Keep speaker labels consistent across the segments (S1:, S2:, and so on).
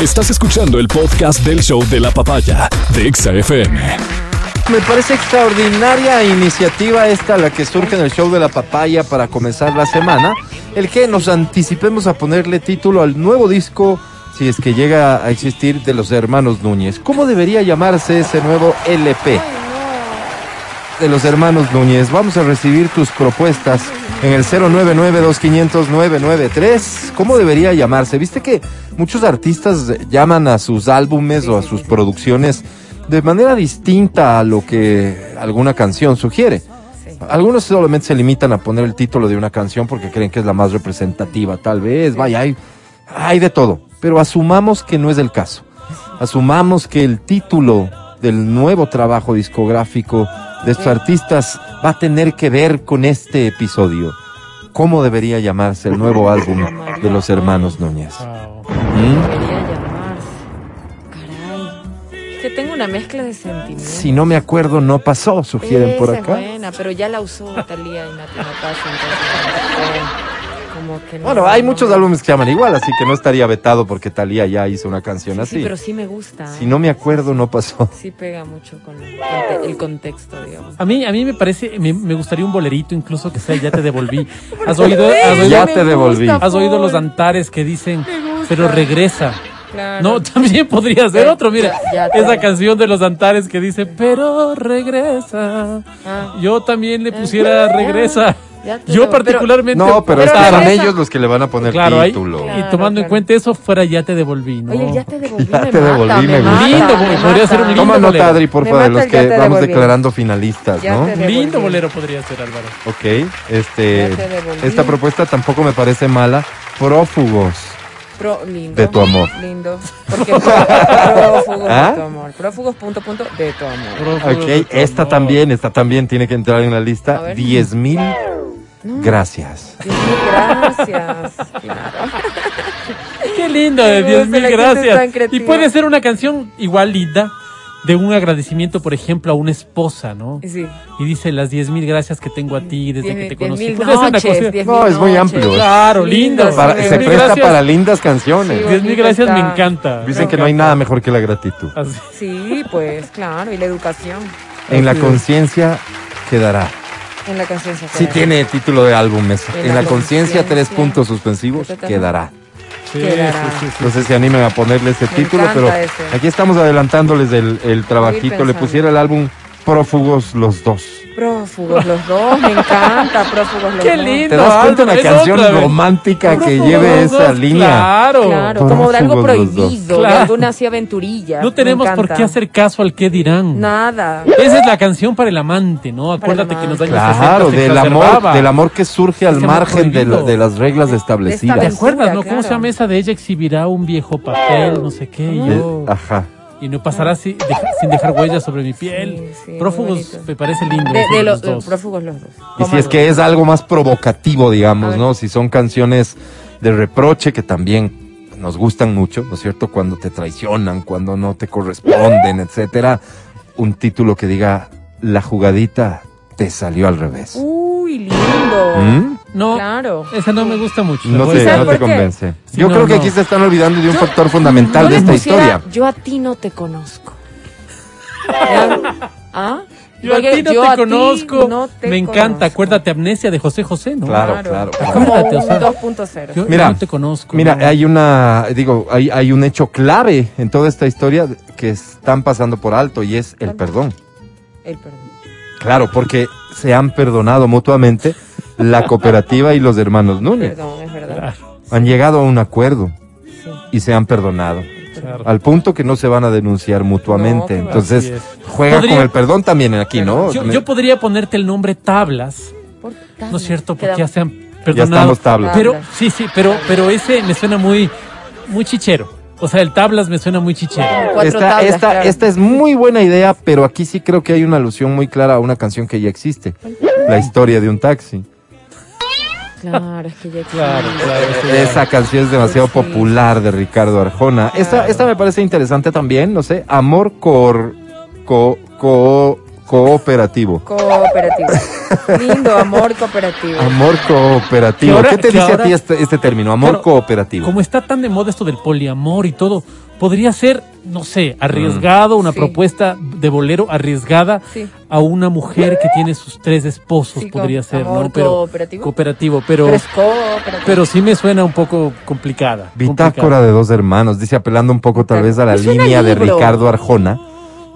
S1: Estás escuchando el podcast del show de la papaya de ExaFM.
S2: Me parece extraordinaria iniciativa esta la que surge en el show de la papaya para comenzar la semana, el que nos anticipemos a ponerle título al nuevo disco, si es que llega a existir, de los hermanos Núñez. ¿Cómo debería llamarse ese nuevo LP? De los hermanos Núñez. Vamos a recibir tus propuestas en el 099-2500-993. ¿Cómo debería llamarse? Viste que muchos artistas llaman a sus álbumes o a sus producciones de manera distinta a lo que alguna canción sugiere. Algunos solamente se limitan a poner el título de una canción porque creen que es la más representativa, tal vez. Vaya, hay, hay de todo. Pero asumamos que no es el caso. Asumamos que el título del nuevo trabajo discográfico de estos artistas va a tener que ver con este episodio. ¿Cómo debería llamarse el nuevo álbum de los hermanos Núñez? ¿Mm?
S3: debería llamarse? Caray. Es que tengo una mezcla de sentimientos.
S2: Si no me acuerdo, no pasó, sugieren por
S3: Esa
S2: acá.
S3: Es buena, pero ya la usó Talía y Nati Natasha, entonces, eh, como que no-
S2: Bueno, hay
S3: no-
S2: muchos álbumes que llaman igual, así que no estaría vetado porque Talía ya hizo una canción
S3: Sí,
S2: así.
S3: pero sí me gusta. ¿eh?
S2: Si no me acuerdo, no Ah, pasó.
S3: Sí pega mucho con el conte- el contexto, digamos.
S4: A mí, a mí me parece, me, me gustaría un bolerito incluso que sea Ya te devolví. ¿Has oído, has oído,
S2: Ya te devolví.
S4: has oído los antares que dicen, pero regresa?
S3: Claro.
S4: No, también podría ser otro, mira.
S3: Ya, ya,
S4: Esa
S3: claro.
S4: canción de los antares que dice, pero regresa.
S3: Ah.
S4: Yo también le pusiera
S3: Ah,
S4: regresa.
S3: ya te
S4: Yo
S3: digo, pero-
S4: particularmente.
S2: No, pero es que
S4: optara-
S2: son
S3: regresa.
S2: ellos los que le van a poner
S4: Claro, ahí.
S2: título.
S3: Claro.
S4: Y tomando en
S3: claro.
S4: cuenta eso, fuera ya te devolví, ¿no?
S3: Oye, ya te devolví,
S2: Ya
S3: me
S2: te
S3: mata,
S2: devolví, me
S3: me
S2: gusta.
S3: mata,
S4: Lindo,
S3: me
S4: podría ser un
S3: mata.
S4: lindo-
S2: Toma nota,
S4: bolero.
S2: Adri, por
S3: Me
S2: favor, de
S3: mata
S2: los
S3: el ya
S2: que
S3: te
S2: vamos
S3: devolví.
S2: declarando finalistas,
S3: Ya
S2: ¿no?
S3: te devolví.
S4: Lindo bolero podría ser, Álvaro.
S2: Ok, este,
S3: Ya te devolví.
S2: esta propuesta tampoco me parece mala. Prófugos.
S3: Pro- lindo.
S2: De tu amor.
S3: Lindo. Porque prófugos
S2: ¿Ah?
S3: de tu amor. Prófugos punto punto de tu amor.
S2: Ok, esta también, esta también tiene que entrar en la
S3: A
S2: lista.
S3: ver.
S2: Diez mil gracias.
S3: Dios mío, gracias. Claro.
S4: Qué lindo,
S3: Me
S4: de
S3: gusta,
S4: 10 mil
S3: la gente es tan
S4: gracias. Y
S3: creativa.
S4: puede ser una canción igual linda de un agradecimiento, por ejemplo, a una esposa, ¿no?
S3: Sí.
S4: Y dice las 10 mil gracias que tengo a ti
S3: Diez
S4: desde que
S3: mil-
S4: te
S3: diez
S4: conocí.
S3: mil
S4: Puede ser una
S3: noches,
S4: cosa-
S3: diez
S2: No,
S3: mil
S2: es muy
S3: noches.
S2: amplio. ¿eh?
S4: Claro, lindo.
S3: sí,
S2: Para-
S3: me
S2: se
S3: gusta.
S2: presta
S4: Gracias.
S2: para lindas canciones.
S3: Sí,
S4: 10 mil
S3: bonito
S4: gracias me
S3: está.
S4: encanta.
S2: Dicen
S4: Me
S2: que no hay
S4: encanta.
S2: nada mejor que la gratitud.
S4: Así.
S3: Sí, pues claro, y la educación
S2: En la
S4: Así es.
S2: conciencia quedará.
S3: en la conciencia.
S2: Sí tiene título de álbum eso.
S3: En
S2: En
S3: la
S2: la conciencia, tres
S3: conciencia.
S2: puntos suspensivos,
S3: Ta, ta, ta.
S2: quedará.
S4: Sí,
S3: Quedará.
S4: sí, sí, sí.
S2: No sé si animen a ponerle ese
S3: Me
S2: título,
S3: encanta
S2: pero
S3: ese.
S2: aquí estamos adelantándoles el, el trabajito. Le
S3: pensando.
S2: pusiera el álbum Prófugos los dos.
S3: Prófugos los dos, me encanta, prófugos los
S4: Qué
S3: dos.
S4: lindo.
S2: ¿Te das cuenta
S4: Álvaro,
S2: una
S4: es
S2: canción
S4: otra vez.
S2: romántica que
S3: Prófugos
S2: lleve
S3: los
S2: esa
S4: Dos,
S2: línea?
S4: Claro.
S3: Claro,
S2: Todos
S3: como de algo
S2: jugos los
S3: prohibido,
S2: dos.
S3: de
S4: Claro.
S3: alguna así aventurilla.
S4: No
S3: Me
S4: tenemos por
S3: encanta.
S4: qué hacer caso al que dirán.
S3: nada.
S4: Esa es la canción para el amante, ¿no?
S3: Para el
S4: Acuérdate que en los
S3: amante.
S4: años 60
S2: Claro,
S4: se
S2: del amor,
S4: exacerbaba.
S2: del amor que surge al
S4: amor
S2: margen de, la-
S4: prohibido.
S2: de las reglas
S4: ¿Te
S2: establecidas.
S3: Establecidas.
S4: acuerdas, no?
S3: Claro.
S4: ¿Cómo se llama esa de ella exhibirá un viejo papel, no sé qué, y
S2: De-
S4: yo...
S2: Ajá.
S4: Y no pasará si- deja- sin dejar huellas sobre mi piel.
S3: Sí, sí, muy
S4: Prófugos,
S3: bonito.
S4: me parece lindo.
S3: De,
S4: ese
S3: de los eh,
S4: dos.
S3: prófugos los dos.
S2: Y si es que es algo más provocativo, digamos, ¿no? Si son canciones de reproche que también nos gustan mucho, ¿no es cierto? Cuando te traicionan, cuando no te corresponden, etcétera. Un título que diga la jugadita te salió al revés.
S3: Uh. Uy, lindo.
S2: ¿Mm?
S4: No,
S3: Claro.
S4: esa no me gusta mucho.
S2: No
S4: Voy a-
S2: te,
S3: ¿Sabes
S2: no
S3: por
S2: te
S3: qué?
S2: convence.
S4: Sí,
S2: Yo
S4: no,
S2: creo que
S4: no.
S2: aquí se están olvidando de un
S3: Yo-
S2: factor fundamental
S3: Yo
S2: de
S3: le
S2: esta
S3: pusiera,
S2: historia.
S3: Yo a ti no te conozco. ¿Ya? ¿Ah?
S4: Yo a
S3: Porque
S4: ti no te
S3: a ti
S4: conozco.
S3: no te
S4: me encanta.
S3: conozco.
S4: Acuérdate, Amnesia de José José, ¿no?
S2: Claro, claro.
S3: Claro.
S2: claro.
S3: Como un
S4: Acuérdate, o sea,
S3: 2.0.
S4: Yo,
S2: Mira,
S4: yo no te conozco.
S2: Mira,
S4: ¿no?
S2: hay una, digo, hay, hay un hecho clave en toda esta historia que están pasando por alto y es el perdón.
S3: El perdón.
S2: Claro, porque se han perdonado mutuamente la cooperativa y los hermanos Núñez.
S3: Perdón, es verdad.
S4: Claro,
S2: Han llegado a un acuerdo
S3: Sí,
S2: y se han perdonado.
S4: claro.
S2: Al punto que no se van a denunciar mutuamente.
S3: No, qué
S2: Entonces,
S4: Así es.
S2: juega
S4: Podría-
S2: con el perdón también aquí, ¿no?
S4: Yo,
S2: Me-
S4: yo podría ponerte el nombre Tablas,
S3: Por tabla.
S4: ¿no es cierto? Porque
S3: Ah, Queda-
S4: ya se han perdonado.
S2: ya estamos tablas.
S4: Pero, sí, sí, pero, pero ese me suena muy, muy chichero. O sea, el tablas me suena muy chichero.
S3: cuatro
S2: Esta,
S3: tablas,
S2: esta,
S3: claro.
S2: esta es muy buena idea, pero aquí sí creo que hay una alusión muy clara a una canción que ya existe. La historia de un taxi.
S3: Claro, es que ya
S4: Claro,
S3: existe.
S4: claro. eso ya.
S2: Esa canción es demasiado
S3: Sí.
S2: popular de Ricardo Arjona. Esta,
S3: Claro.
S2: esta me parece interesante también, no sé, amor cor, co, co, Cooperativo.
S3: Cooperativo. Lindo, amor cooperativo.
S2: Amor cooperativo.
S4: Que ahora-
S2: ¿Qué te
S4: que
S2: dice
S4: ahora-
S2: a ti este, este término? Amor
S4: Claro,
S2: cooperativo.
S4: Como está tan de moda esto del poliamor y todo, podría ser, no sé, arriesgado, una
S3: Mm. Sí.
S4: propuesta de bolero arriesgada
S3: Sí.
S4: a una mujer que tiene sus tres esposos,
S3: Sí,
S4: podría
S3: co-
S4: ser,
S3: amor
S4: ¿no? Pero,
S3: cooperativo.
S4: Cooperativo, pero,
S3: Pero es cooperativo.
S4: pero sí me suena un poco complicada.
S2: Bitácora de dos hermanos, dice apelando un poco tal vez a la
S3: Me suena
S2: línea de
S3: libro.
S2: Ricardo Arjona,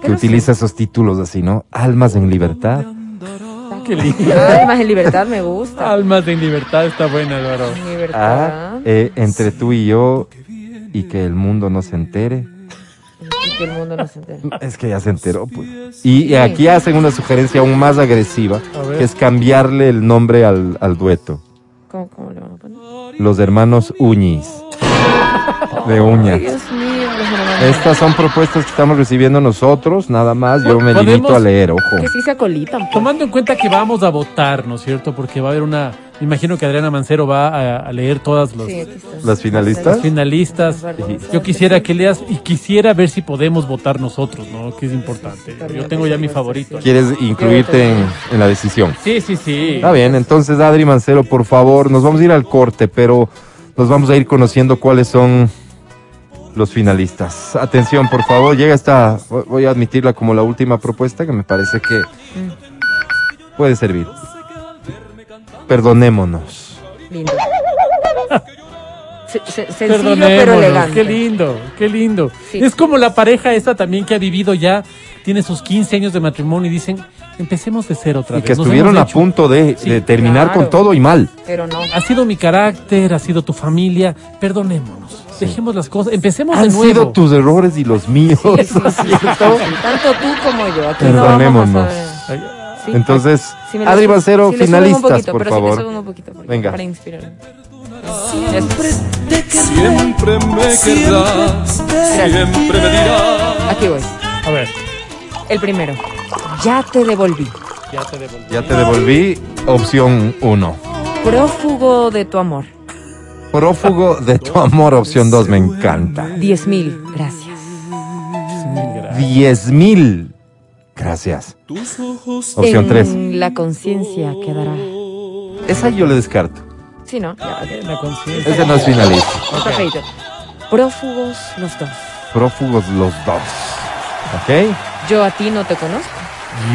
S2: que
S3: Pero sí.
S2: utiliza esos títulos así, ¿no? Almas en libertad.
S4: complicada. Qué lindo.
S3: Además, en libertad me gusta.
S4: Almas de libertad está buena, Álvaro.
S3: En
S2: Ah,
S3: libertad.
S2: eh, entre tú y yo y que el mundo no se entere.
S3: Y que el mundo no se entere.
S2: Es que ya se enteró, pues. Y, y aquí hacen una sugerencia aún más agresiva,
S4: A ver.
S2: que es cambiarle el nombre al, al dueto.
S3: ¿Cómo, cómo le van a poner?
S2: Los hermanos Uñis. De uñas.
S3: Ay, Dios mío, los hermanos.
S2: Estas son propuestas que estamos recibiendo nosotros, nada más. Yo me limito
S4: Podemos-
S2: a leer, ojo.
S3: Que sí se acolitan. pues.
S4: Tomando en cuenta que vamos a votar, ¿no es cierto? Porque va a haber una. Me imagino que Adriana Mancero va a, a leer todas los,
S3: Sí, aquí están.
S2: ¿Las finalistas?
S4: los finalistas. Yo quisiera que leas y quisiera ver si podemos votar nosotros, ¿no? Que es importante. Yo tengo ya mi favorito.
S2: ¿Quieres incluirte en, en la decisión?
S4: Sí, sí, sí.
S2: Está bien, entonces Adri Mancero, por favor, nos vamos a ir al corte, pero nos vamos a ir conociendo cuáles son los finalistas. Atención, por favor, llega esta, voy- voy a admitirla como la última propuesta que me parece que puede servir. Perdonémonos.
S3: Lindo. Se- se- sencillo pero
S4: Perdonémonos.
S3: elegante.
S4: Qué lindo, qué lindo.
S3: Sí.
S4: Es como la pareja esa también que ha vivido ya, tiene sus 15 años de matrimonio y dicen, empecemos de cero otra
S2: Y
S4: vez.
S2: que
S4: Nos
S2: estuvieron
S4: hemos
S2: a
S4: hecho-
S2: punto de,
S4: Sí,
S2: de terminar con
S3: claro.
S2: todo y mal.
S3: Pero no.
S4: Ha sido mi carácter, ha sido tu familia, perdonémonos. Dejemos las cosas, empecemos
S2: Han
S4: de nuevo.
S2: sido tus errores y los míos.
S3: Sí, sí, sí, sí, sí. Tanto tú como yo. Aquí no vamos a
S2: Perdonémonos.
S3: ver.
S4: Ay,
S3: Sí,
S2: Entonces,
S3: sí me lo
S2: Adri
S3: subo.
S2: Mancero,
S3: Sí le subo un
S2: finalistas,
S3: poquito,
S2: por
S3: pero sí me
S2: favor.
S3: subo un poquito, porque-
S2: Venga.
S3: Para inspirarme.
S5: Siempre me querrás, siempre me dirás.
S3: Aquí voy.
S4: A ver,
S3: El primero. Ya te devolví.
S4: ya te devolví.
S2: Ya te devolví opción 1.
S3: Prófugo de tu amor.
S2: Prófugo de tu amor, opción 2, me encanta.
S3: Diez mil. Gracias.
S2: Diez mil. Gracias.
S5: Tus ojos
S2: Opción
S3: En
S2: 3.
S3: La conciencia quedará.
S2: Esa yo le descarto.
S3: Sí, ¿no? Ya, ok.
S4: La conciencia.
S2: Ese no es finalista.
S3: Está feito. Prófugos los dos.
S2: Prófugos los dos. ¿Ok?
S3: Yo a ti no te conozco.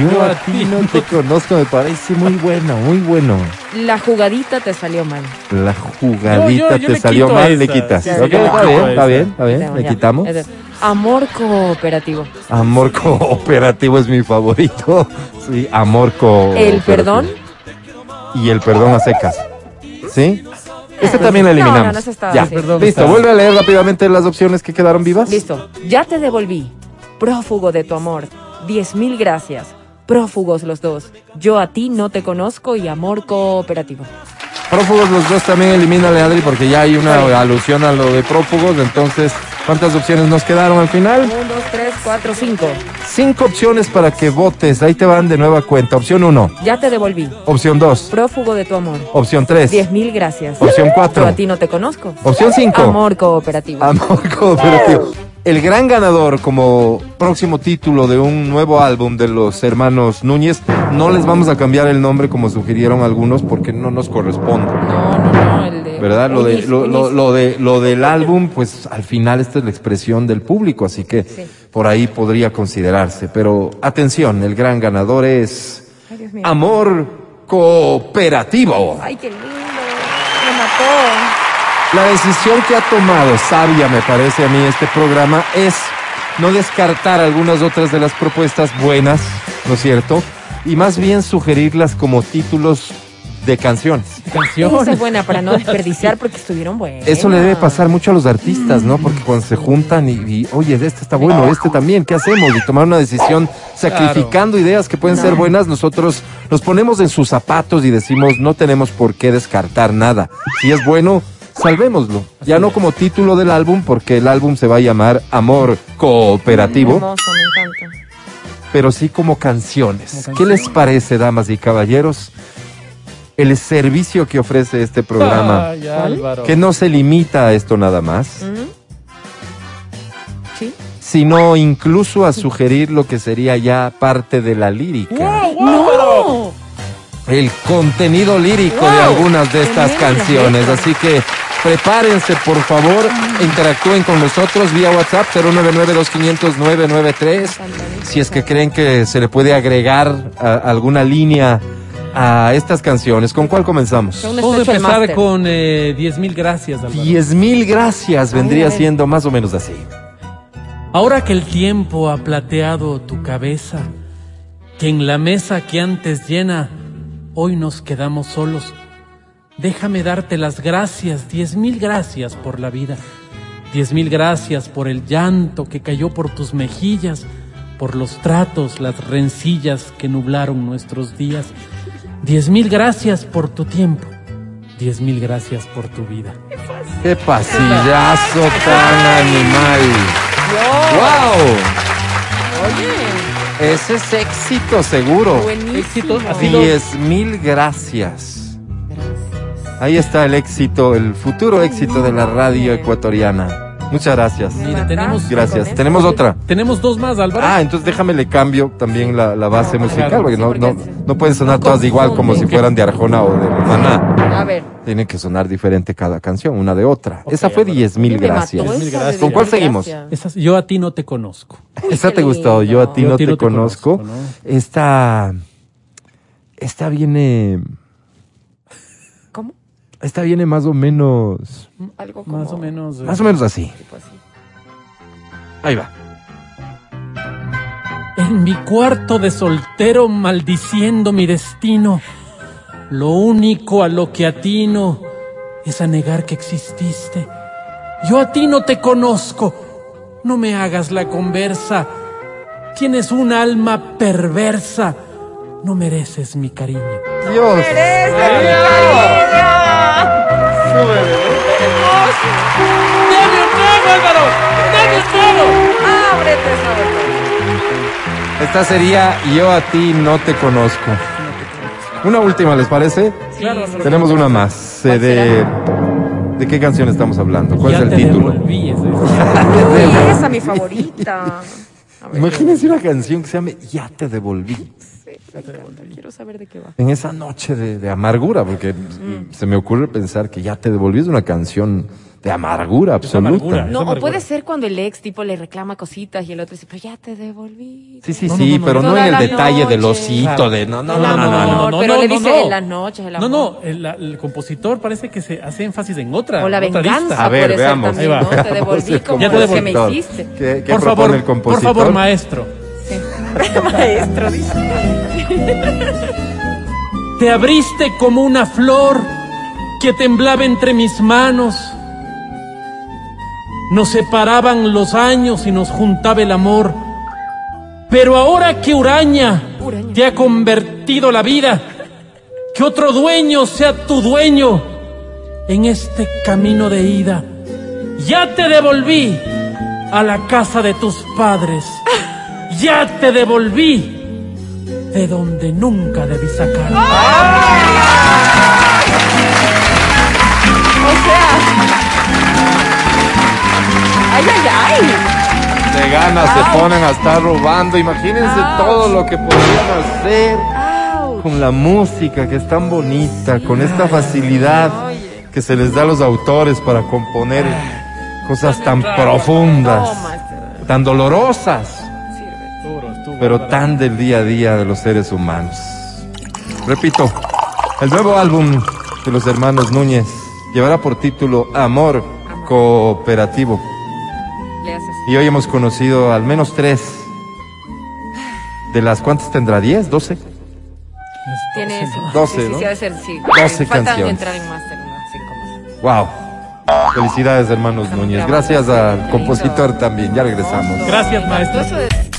S2: Yo a ti no te conozco, me parece muy bueno, muy bueno.
S3: La jugadita te salió mal.
S2: La jugadita
S4: No, yo- yo
S2: te
S4: le
S2: salió
S4: quito
S2: mal, le
S4: esa.
S2: quitas.
S4: Sí,
S2: Ok,
S4: yo le
S2: está
S4: quito
S2: bien,
S4: esa.
S2: está bien, está bien. ¿Eh? Le
S3: Ya.
S2: quitamos.
S3: Es de- Amor cooperativo.
S2: Amor cooperativo es mi favorito. Sí, amor cooperativo.
S3: El perdón.
S2: Y el perdón a secas. ¿Sí? Este también la
S3: No, no,
S2: eliminamos.
S3: no, esa está-
S2: ya,
S3: sí.
S4: Perdón,
S2: listo.
S4: está-
S2: Vuelve a leer rápidamente las opciones que quedaron vivas.
S3: Listo. Ya te devolví. Prófugo de tu amor. Diez mil gracias. Prófugos los dos. Yo a ti no te conozco y amor cooperativo.
S2: Prófugos los dos también elimínale, Adri, porque ya hay una alusión a lo de prófugos. Entonces, ¿cuántas opciones nos quedaron al final?
S3: Un, dos, tres, cuatro, cinco.
S2: Cinco opciones para que votes. Ahí te van de nueva cuenta. Opción uno.
S3: Ya te devolví.
S2: Opción dos.
S3: Prófugo de tu amor.
S2: Opción tres.
S3: Diez mil gracias.
S2: Opción
S3: Yo a
S2: cuatro.
S3: ti no te conozco.
S2: Opción cinco.
S3: Amor cooperativo.
S2: Amor cooperativo. El gran ganador como próximo título de un nuevo álbum de los hermanos Núñez, no les vamos a cambiar el nombre como sugirieron algunos porque no nos corresponde.
S3: No, no, no. El de.
S2: ¿Verdad? Lo, de,
S3: Unis,
S2: lo, lo-
S3: Unis.
S2: lo de, lo del álbum, pues al final esta es la expresión del público, así que
S3: Sí.
S2: por ahí podría considerarse. Pero atención, el gran ganador es
S3: Ay, Dios mío.
S2: Amor Cooperativo.
S3: Ay, qué lindo. Me mató.
S2: La decisión que ha tomado, sabia me parece a mí este programa, es no descartar algunas otras de las propuestas buenas, ¿no es cierto? Y más bien sugerirlas como títulos de canciones.
S3: Esa es
S4: Canciones.
S3: buena para no desperdiciar porque estuvieron buenas.
S2: Eso le debe pasar mucho a los artistas, ¿no? Porque cuando se juntan y, y, oye, este está bueno, este también, ¿qué hacemos? Y tomar una decisión sacrificando ideas que pueden ser buenas, nosotros nos ponemos en sus zapatos y decimos, no tenemos por qué descartar nada. Si es bueno, salvémoslo. Ya no como título del álbum, porque el álbum se va a llamar Amor Cooperativo,
S3: Hermoso, me encanta.
S2: pero sí como canciones. ¿Qué les parece, damas y caballeros? El servicio que ofrece este programa
S4: Ay, Álvaro.
S3: Mm.
S2: que no se limita a esto nada más,
S3: Ujú. Sí, sí.
S2: sino incluso a sugerir lo que sería ya parte de la lírica,
S3: ¡No!
S2: el contenido lírico de
S3: Wow.
S2: algunas de estas
S3: Tremendo.
S2: canciones. Así que prepárense, por favor, interactúen con nosotros vía WhatsApp 099-2500-993. Si es que creen que se le puede agregar a- alguna línea a estas canciones, ¿con cuál comenzamos?
S3: Son un
S4: Vamos a
S3: estrecho el
S4: empezar
S3: máster.
S4: con eh, 10.000 gracias, Álvaro.
S2: Diez mil gracias vendría
S3: a ver.
S2: siendo más o menos así.
S4: Ahora que el tiempo ha plateado tu cabeza, que en la mesa que antes llena, hoy nos quedamos solos. Déjame darte las gracias, diez mil gracias por la vida, diez mil gracias por el llanto que cayó por tus mejillas, por los tratos, las rencillas que nublaron nuestros días, diez mil gracias por tu tiempo, diez mil gracias por tu vida.
S2: ¡Qué pasillazo tan animal! ¡Wow! Ese es éxito seguro.
S3: Buenísimo.
S4: Éxito, así lo-
S2: Diez mil gracias.
S3: Gracias.
S2: Ahí está el éxito, el futuro éxito de la radio ecuatoriana. Muchas gracias.
S4: Mira, tenemos,
S2: Gracias. Tenemos otra.
S4: tenemos dos más, Álvaro.
S2: Ah, entonces déjame le cambio también la, la
S3: Ah,
S2: base musical, porque no, no, no pueden sonar todas igual como si fueran de Arjona o de Maná.
S3: A ver.
S2: Tiene que sonar diferente cada canción, una de otra. Esa fue diez mil
S3: ¿quién me mató
S2: gracias.
S3: esa de
S4: gracias.
S2: ¿Con cuál seguimos?
S3: gracias?
S4: Esas- yo a ti no te conozco.
S2: Esa
S3: qué
S2: te gustó, yo a
S3: lindo.
S2: ti
S4: Yo
S2: no te, conozco. Esta. Esta viene.
S3: ¿Cómo?
S2: Esta viene más o menos.
S3: Algo como...
S4: Más o menos. eh,
S2: Más o menos así.
S3: tipo así.
S2: Ahí va.
S4: En mi cuarto de soltero maldiciendo mi destino, lo único a lo que atino es a negar que exististe. Yo a ti no te conozco, no me hagas la conversa. Tienes un alma perversa, no mereces mi cariño.
S2: Dios.
S3: ¡Ábrete esa boca!
S2: Esta sería Yo a ti no te conozco. Una última, ¿les parece?
S4: Claro,
S2: Tenemos una más. eh,
S3: ¿Cuál
S2: de. ¿De qué canción estamos hablando? ¿Cuál
S4: ya
S2: es el
S4: te
S2: título?
S4: devolví ese.
S3: Uy, esa mi favorita. A ver,
S2: Imagínense una canción que se llame Ya te devolví.
S3: sí, me encanta. Quiero saber de qué va.
S2: en esa noche de, de amargura, porque mm, se me ocurre pensar que ya te devolviste una canción de amargura absoluta.
S4: amargura.
S3: No, o
S4: amargura.
S3: puede ser cuando el ex tipo le reclama cositas y el otro dice, pero ya te devolví.
S2: Sí, sí,
S4: No,
S2: sí,
S4: no, no, no.
S2: pero no en
S3: Toda
S2: el
S3: la
S2: detalle del
S3: noche.
S2: osito, de no, no,
S3: El
S2: no, no, no, no.
S3: amor, pero le dice en las noches, el
S4: No,
S3: amor.
S4: no, el, el compositor parece que se hace énfasis en otra.
S3: O la
S4: en otra
S3: venganza
S4: lista.
S2: A ver,
S3: puede
S2: veamos.
S3: ser
S4: Ahí
S3: también,
S4: va.
S3: ¿no? Te devolví como
S4: Ya te
S3: lo que me
S2: compositor.
S3: hiciste.
S2: ¿Qué, qué
S4: Por
S2: propone
S4: favor,
S2: el
S4: por
S2: compositor?
S4: favor, maestro.
S3: Maestro, dice.
S4: Te abriste como una flor que temblaba entre mis manos. Nos separaban los años y nos juntaba el amor. Pero ahora que Uraña,
S3: Uraña.
S4: te ha convertido la vida, que otro dueño sea tu dueño en este camino de ida. Ya te devolví a la casa de tus padres. Ya te devolví de donde nunca debí sacar.
S3: O sea. Ay, ay, ay.
S2: De ganas se ponen a estar robando. Imagínense
S3: Ah.
S2: todo lo que podrían hacer
S3: Au.
S2: con la música que es tan bonita, con esta facilidad que se les da a los autores para componer cosas tan
S3: No,
S2: profundas,
S3: maestro.
S2: tan dolorosas.
S3: Sirve.
S2: pero tan del día a día de los seres humanos. Repito, el nuevo álbum de los hermanos Núñez llevará por título Amor Cooperativo.
S3: Le haces.
S2: Y hoy hemos conocido al menos tres. ¿De las cuántas tendrá? ¿10? ¿12?
S3: Tiene sí,
S2: Doce,
S3: sí, sí,
S2: ¿no?
S3: sí, ha de ser, sí.
S2: Doce
S3: Faltan
S2: canciones.
S3: entrar en máster, ¿no? Sí, como sí.
S2: ¡Wow! Felicidades, hermanos Núñez. Gracias al compositor también. Ya regresamos.
S4: Gracias, maestro.
S3: Todo eso de-